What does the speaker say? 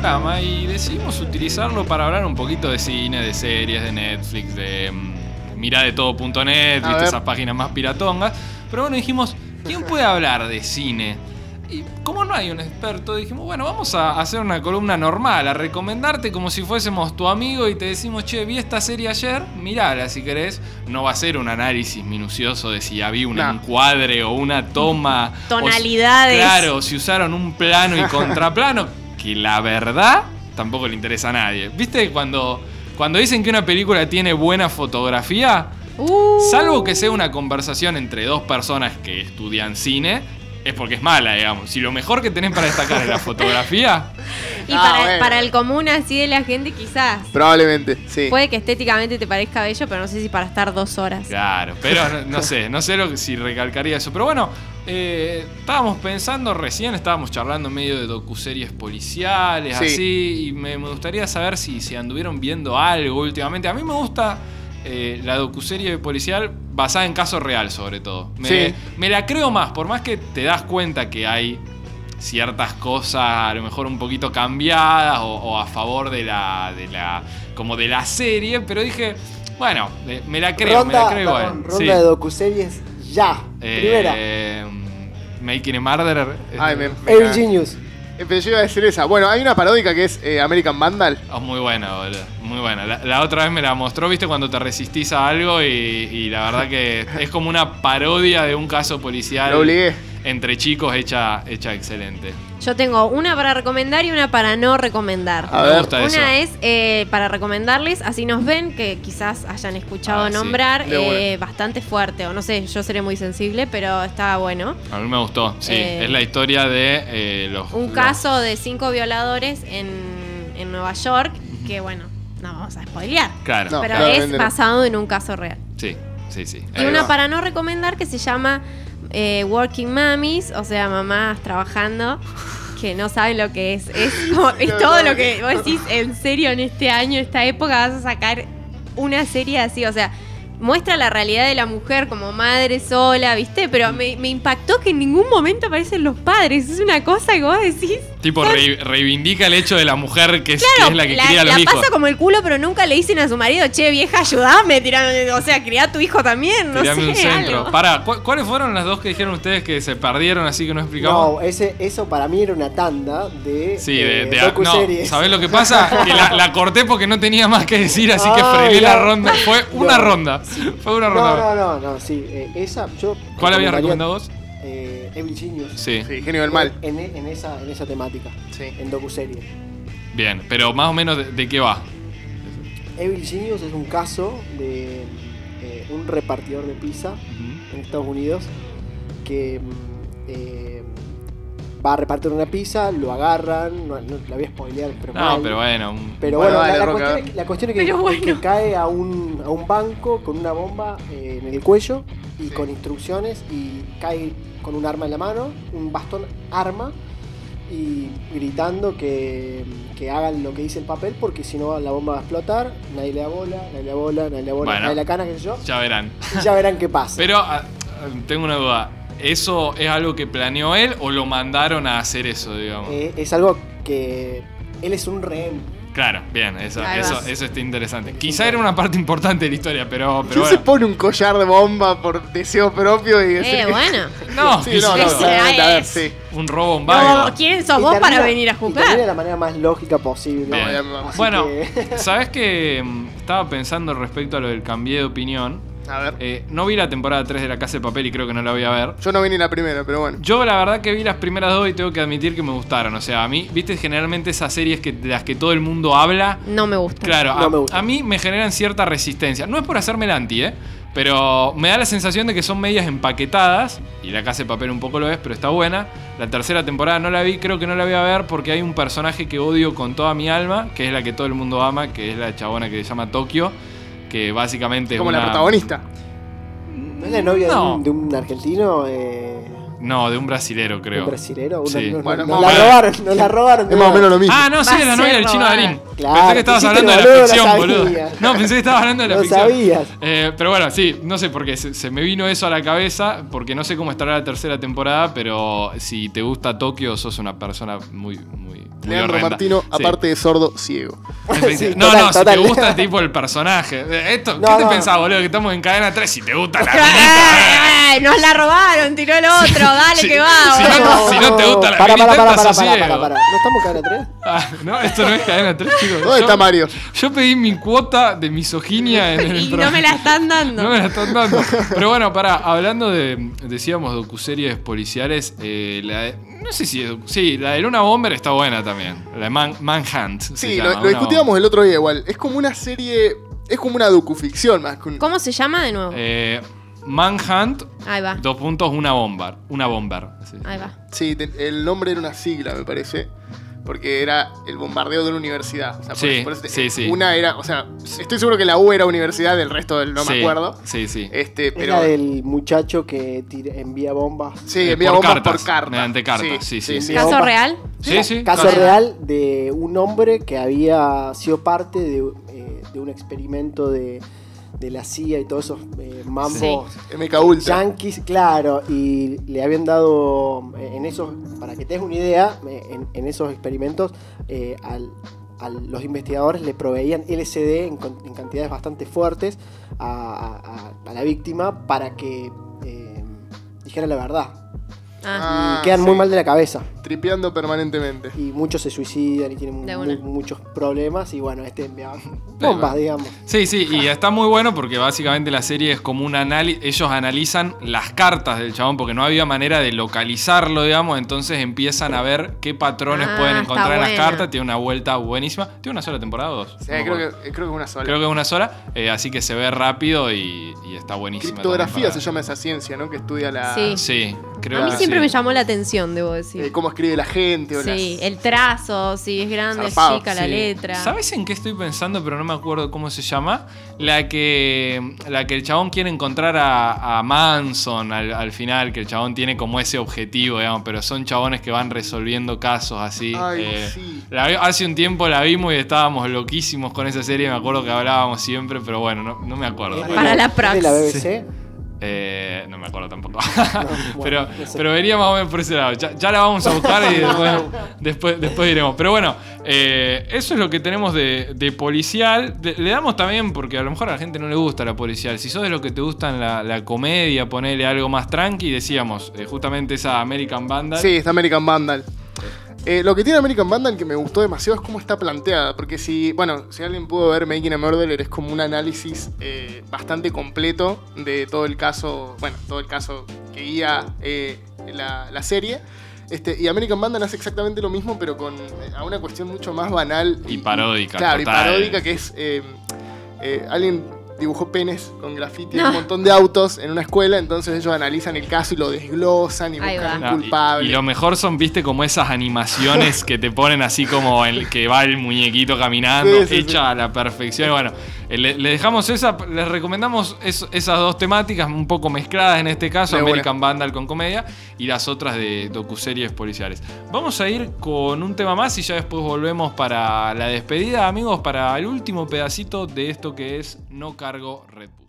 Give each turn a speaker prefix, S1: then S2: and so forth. S1: programa y decidimos utilizarlo para hablar un poquito de cine, de series, de Netflix, de mm, miradetodo.net,
S2: A
S1: viste
S2: ver.
S1: esas páginas más piratongas. Pero bueno, dijimos, ¿quién puede hablar de cine? Y como no hay un experto, dijimos, bueno, vamos a hacer una columna normal, a recomendarte como si fuésemos tu amigo y te decimos, che, vi esta serie ayer, mirala si querés. No va a ser un análisis minucioso de si había un
S2: No.
S1: encuadre o una toma. o si-
S3: Tonalidades.
S1: claro, o si usaron un plano y contraplano, que la verdad tampoco le interesa a nadie. ¿Viste cuando, cuando dicen que una película tiene buena fotografía?
S3: Uh.
S1: Salvo que sea una conversación entre dos personas que estudian cine, es porque es mala, digamos. Si lo mejor que tenés para destacar es la fotografía,
S3: Y
S2: Ah,
S3: para,
S2: bueno.
S3: para el común así de la gente quizás.
S2: Probablemente, sí.
S3: Puede que estéticamente te parezca bello, pero no sé si para estar dos horas.
S1: claro. Pero no, no sé, no sé lo, que- si recalcaría eso. Pero bueno, eh, estábamos pensando recién, estábamos charlando en medio de docuseries policiales,
S2: Sí.
S1: así, y me, me gustaría saber si, si anduvieron viendo algo últimamente. A mí me gusta eh, la docuserie policial basada en casos real, sobre todo. Me,
S2: Sí.
S1: me la creo más, por más que te das cuenta que hay ciertas cosas a lo mejor un poquito cambiadas o, o a favor de la, de la como de la serie, pero dije, bueno, eh, me la creo, me la
S4: ronda
S1: creo
S4: perdón,
S1: igual.
S4: ronda
S1: Sí.
S4: de docuseries ya.
S1: Eh,
S4: Primera.
S1: Making a Murderer.
S2: Ay, me,
S1: eh,
S2: me
S4: Evil
S2: caga.
S4: Genius.
S2: Eh, Pero yo iba a decir esa. Bueno, hay una paródica que es eh, American Vandal.
S1: oh, muy buena, boludo. Muy buena. La, la otra vez me la mostró, viste, cuando te resistís a algo y, y la verdad que es como una parodia de un caso policial.
S2: Lo obligué.
S1: Entre chicos, hecha, hecha excelente.
S3: Yo tengo una para recomendar y una para no recomendar.
S2: A
S1: me
S2: ver.
S1: gusta Ah, eso.
S3: Una es eh, para recomendarles, así nos ven, que quizás hayan escuchado
S1: Ah, sí.
S3: nombrar,
S2: De una.
S3: eh, bastante fuerte, o no sé, yo seré muy sensible, pero está bueno.
S1: A mí me gustó, sí.
S3: Eh,
S1: es la historia de eh, los.
S3: Un
S1: los-
S3: caso de cinco violadores en, en Nueva York, que bueno, no vamos a spoilear,
S1: Claro.
S2: No,
S3: pero
S2: claramente
S3: es
S2: no.
S3: basado en un caso real.
S1: Sí, sí, sí.
S3: Y
S1: Ahí
S3: una
S1: va.
S3: para no recomendar que se llama eh, Working Mummies, o sea, mamás trabajando, que no saben lo que es. Es, como- es
S2: No,
S3: todo
S2: no.
S3: lo que vos decís, en serio, en este año, esta época, vas a sacar una serie así, o sea. Muestra la realidad de la mujer como madre sola, ¿viste? Pero me, me impactó que en ningún momento aparecen los padres. Es una cosa que vos decís.
S1: Tipo, re- reivindica el hecho de la mujer que es, que
S3: Claro,
S1: es la que
S3: la,
S1: cría a los
S3: la
S1: hijos.
S3: pasa como el culo, pero nunca le dicen a su marido, che, vieja, ayudame, tirame, o sea, criá a tu hijo también, no
S1: Tirame
S3: sé,
S1: un centro.
S3: algo.
S1: Pará, ¿cu- ¿cuáles fueron las dos que dijeron ustedes que se perdieron así que no explicamos?
S4: No, ese, eso para mí era una tanda de,
S1: Sí, de,
S4: eh,
S1: de- no,
S4: docuseries.
S1: ¿sabés lo que pasa? Que la, la corté porque no tenía más que decir, así que
S4: Ah,
S1: frené la
S4: ya.
S1: ronda. Fue una
S4: No.
S1: ronda. Fue una
S4: no,
S1: ronda.
S4: no, no, no, sí. eh, esa yo.
S1: ¿Cuál habías
S4: recomendaría,
S1: recomendado vos?
S4: Eh, Evil Genius.
S1: Sí.
S2: Sí, genio del mal.
S4: En, en esa, en esa temática,
S2: Sí.
S4: en docuserie.
S1: Bien, pero más o menos de, de qué va.
S4: Evil Genius es un caso de eh, un repartidor de pizza en Estados Unidos que mm, eh, va a repartir una pizza, lo agarran, no, no la voy a spoilear, pero
S1: No,
S4: mal.
S1: pero bueno. un-
S4: Pero
S2: Bueno,
S4: bueno, la-
S2: dale,
S4: la,
S2: Roca,
S4: cuestión
S2: a ver.
S4: es, la cuestión es que,
S3: Pero
S4: es
S3: bueno.
S4: que cae a un, a un banco con una bomba eh, en el cuello y
S2: Sí.
S4: con instrucciones y cae con un arma en la mano, un bastón arma y gritando que, que hagan lo que dice el papel porque si no la bomba va a explotar, nadie le da bola, nadie le da bola, nadie le da bola,
S1: Bueno.
S4: nadie la cana, qué sé yo,
S1: Ya verán.
S4: y ya verán qué pasa.
S1: Pero ah, tengo una duda. ¿Eso es algo que planeó él o lo mandaron a hacer eso, digamos?
S4: Eh, es algo que él es un rehén.
S1: Claro, bien, eso,
S3: Ahí
S1: eso,
S3: vas.
S1: eso está interesante. Quizá era una parte importante de la historia, pero, pero
S2: ¿Quién se
S1: bueno.
S2: pone un collar de bomba por deseo propio y decir
S3: Eh,
S2: que-
S3: bueno.
S1: No,
S2: Sí, no, no,
S3: Ese
S2: claramente, a ver,
S3: es.
S2: sí.
S1: un robo, un
S3: No,
S1: vago.
S3: ¿quién sos
S4: Y
S3: vos
S4: termina-
S3: para venir a
S4: Y termina de
S3: juzgar?
S4: la manera más lógica posible.
S1: Bien.
S2: ya me vamos.
S4: Así
S1: Bueno,
S4: que-
S1: sabes que mm, estaba pensando respecto a lo del cambié de opinión.
S2: A ver.
S1: Eh, no vi la temporada 3 de La Casa de Papel y creo que no la voy a ver.
S2: Yo no vi ni la primera, pero bueno.
S1: Yo la verdad que vi las primeras dos y tengo que admitir que me gustaron. O sea, a mí, viste, generalmente esas series que, de las que todo el mundo habla,
S3: No me gusta.
S1: Claro,
S4: No
S1: a-
S4: me gusta.
S1: a, mí me generan cierta resistencia. No es por hacerme el anti, ¿eh? Pero me da la sensación de que son medias empaquetadas. Y la casa de papel un poco lo es, pero está buena. La tercera temporada no la vi, creo que no la voy a ver porque hay un personaje que odio con toda mi alma, que es la que todo el mundo ama, que es la chabona que se llama Tokio. Que básicamente es
S2: Como la
S1: una-
S2: protagonista.
S4: ¿No es la novia de
S1: No.
S4: un- de, un, argentino? Eh,
S1: No, de un brasilero, creo.
S4: ¿Un brasilero? Una-
S1: Sí.
S4: no- no-
S2: Bueno,
S4: no
S2: más
S4: la
S2: o menos.
S4: robaron, no la robaron.
S2: Es más o menos lo mismo.
S1: Ah, no, sí,
S3: Va
S1: es
S3: a
S1: la novia
S3: ser
S1: del chino
S3: robada.
S1: Darín.
S4: Claro,
S1: pensé que estabas
S4: te
S1: hablando de
S4: hiciste
S1: la
S4: boludo,
S1: ficción,
S4: la
S1: boludo.
S4: sabía.
S1: No, pensé que estabas hablando de la
S4: Lo
S1: ficción.
S4: sabías.
S1: Eh, pero bueno, sí, no sé por qué. Se, se me vino eso a la cabeza, porque no sé cómo estará la tercera temporada, pero si te gusta Tokio, sos una persona muy, muy muy
S2: Leandro
S1: horrenda.
S2: Martino,
S1: Sí.
S2: aparte de sordo, ciego.
S4: Sí,
S1: no,
S4: total,
S1: no,
S4: total.
S1: si te gusta tipo el personaje. Eh, Esto, ¿Qué
S4: No,
S1: te
S4: no.
S1: pensás, boludo? Que estamos en cadena 3 si te gusta la minita.
S3: ¡Ay, ay! Nos la robaron, tiró el otro, dale
S1: Sí,
S3: que va.
S1: sí,
S3: boludo.
S1: no, si no te gusta la
S4: para, para,
S1: militanta,
S4: para, para,
S1: sos
S4: para, para,
S1: ciego.
S4: para. ¿No estamos cada tres?
S1: Ah, no, esto no es cadena 3, chicos.
S2: ¿Dónde
S1: Yo-
S2: está Mario?
S1: Yo pedí mi cuota de misoginia en el
S3: Y no
S1: programa.
S3: me la están dando.
S1: No me la están dando. Pero bueno, pará, hablando de, decíamos, docuseries policiales, eh, la de- no sé si es, docu- sí, la de Luna Bomber está buena también. La de Man- Manhunt. se
S2: Sí,
S1: llama,
S2: lo, lo
S1: Una
S2: discutíamos el otro día igual. Es como una serie. Es como una docuficción más que un.
S3: ¿Cómo se llama de nuevo?
S1: bomba. Eh, Manhunt,
S3: Ahí va,
S1: dos puntos, una bomber. Una bomber. sí.
S3: ahí va.
S2: Sí, te- el nombre era una sigla, me parece. Porque era el bombardeo de una universidad. O sea, por-
S1: Sí,
S2: por eso te-
S1: sí, sí.
S2: Una era. O sea, estoy seguro que la U era universidad, del resto del no
S1: Sí,
S2: me acuerdo.
S1: Sí, sí.
S2: Este,
S4: Es
S2: pero.
S4: la del muchacho que tira- envía bombas.
S2: Sí,
S1: Eh,
S2: envía
S1: por
S2: bombas
S1: cartas,
S2: por cartas.
S1: mediante cartas, sí, sí, sí.
S2: envía
S3: ¿Caso
S2: bombas.
S3: real?
S1: Sí, sí.
S4: Caso
S1: claro.
S4: real de un hombre que había sido parte de, eh, de un experimento de, de la CIA y todos esos eh, mambos
S2: MK Ultra.
S4: yanquis, claro, y le habían dado eh, en esos, para que te des una idea, eh, en, en esos experimentos, eh, al- a los investigadores le proveían LSD en, con- en cantidades bastante fuertes a, a- a- a la víctima para que eh, dijera la verdad.
S3: Ah,
S2: Ah,
S4: y quedan muy
S2: sí.
S4: mal de la cabeza.
S2: Tripeando permanentemente.
S4: Y muchos se suicidan y tienen
S3: De
S4: mu-
S3: una.
S4: muchos problemas. Y bueno, este enviaba bombas, digamos.
S1: Sí, sí, y está muy bueno porque básicamente la serie es como un análisis, ellos analizan las cartas del chabón porque no había manera de localizarlo, digamos, entonces empiezan a ver qué patrones
S3: Ah,
S1: pueden encontrar en las
S3: está buena.
S1: cartas, tiene una vuelta buenísima, tiene una sola temporada o dos.
S2: Sí,
S1: No me
S2: creo,
S1: acuerdo.
S2: que, eh, creo que es una sola.
S1: Creo que es una sola, eh, así que se ve rápido y, y está buenísima.
S2: Criptografía se
S1: también
S2: llama esa ciencia, ¿no? Que estudia la.
S3: Sí.
S1: para- Sí, creo
S3: a mí
S1: que
S3: siempre
S1: sí.
S3: me llamó la atención, debo decir.
S2: eh, cómo escribe la gente o
S3: sí,
S2: las-
S3: el trazo, si es grande, es
S2: Zarpado,
S3: chica la
S1: Sí.
S3: letra.
S1: ¿Sabes en qué estoy pensando, pero no me acuerdo cómo se llama? La que, la que el chabón quiere encontrar a, a Manson al, al final, que el chabón tiene como ese objetivo, digamos, pero son chabones que van resolviendo casos así.
S2: Ay,
S1: eh,
S2: sí.
S1: la vi- hace un tiempo la vimos y estábamos loquísimos con esa serie, me acuerdo que hablábamos siempre, pero bueno, no, no me acuerdo.
S4: Es de
S3: Para la
S4: es de la
S3: praxis.
S4: BBC.
S1: Eh, no me acuerdo tampoco.
S4: bueno,
S1: pero,
S4: no sé.
S1: pero venía más o menos por ese lado. Ya, ya la vamos a buscar y después, después, después iremos. Pero bueno, eh, eso es lo que tenemos de, de policial. De- le damos también, porque a lo mejor a la gente no le gusta la policial. Si sos de los que te gustan la, la comedia, ponele algo más tranqui, decíamos, eh, justamente esa American Bandai.
S2: Sí, está American Vandal. Eh, lo que tiene American Vandal que me gustó demasiado es cómo está planteada. Porque si, bueno, si alguien pudo ver Making a Murderer, es como un análisis eh, bastante completo de todo el caso, bueno, todo el caso que guía eh, la, la serie. Este, y American Vandal hace exactamente lo mismo, pero con eh, a una cuestión mucho más banal.
S1: Y paródica,
S2: Claro,
S1: total.
S2: y paródica, que es. eh, eh, alguien dibujó penes con grafiti en
S3: No.
S2: un montón de autos en una escuela, entonces ellos analizan el caso y lo desglosan y
S3: Ahí va.
S1: No,
S2: buscan un
S1: Ah, y-
S2: culpable.
S1: Y, lo mejor son, viste, como esas animaciones que te ponen así como el que va el muñequito caminando,
S2: Sí, sí,
S1: hecha
S2: sí.
S1: a la perfección. Y Bueno, eh, le, le dejamos esa, les recomendamos es- esas dos temáticas un poco mezcladas en este caso,
S2: De
S1: American Vandal con comedia y las otras de docuseries policiales. Vamos a ir con un tema más y ya después volvemos para la despedida, amigos, para el último pedacito de esto que es No Cargo Red Bull.